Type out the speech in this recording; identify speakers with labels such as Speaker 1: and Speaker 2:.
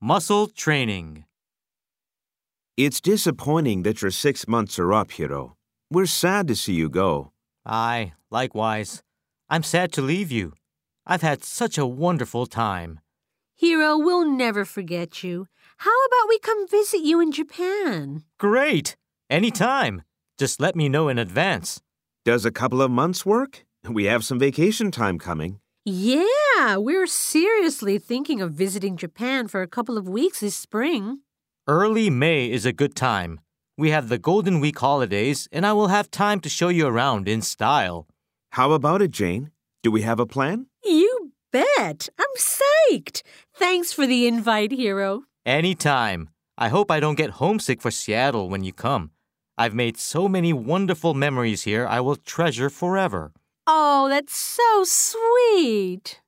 Speaker 1: Muscle training.
Speaker 2: It's disappointing that your six months are up, Hiro. We're sad to see you go.
Speaker 1: Aye, likewise. I'm sad to leave you. I've had such a wonderful time.
Speaker 3: Hiro, we'll never forget you. How about we come visit you in Japan?
Speaker 1: Great! Anytime. Just let me know in advance.
Speaker 2: Does a couple of months work? We have some vacation time coming.
Speaker 3: Yeah, we're seriously thinking of visiting Japan for a couple of weeks this spring.
Speaker 1: Early May is a good time. We have the Golden Week holidays, and I will have time to show you around in style.
Speaker 2: How about it, Jane? Do we have a plan?
Speaker 3: You bet. I'm psyched. Thanks for the invite, Hero.
Speaker 1: Anytime. I hope I don't get homesick for Seattle when you come. I've made so many wonderful memories here I will treasure forever.
Speaker 3: Oh, that's so sweet.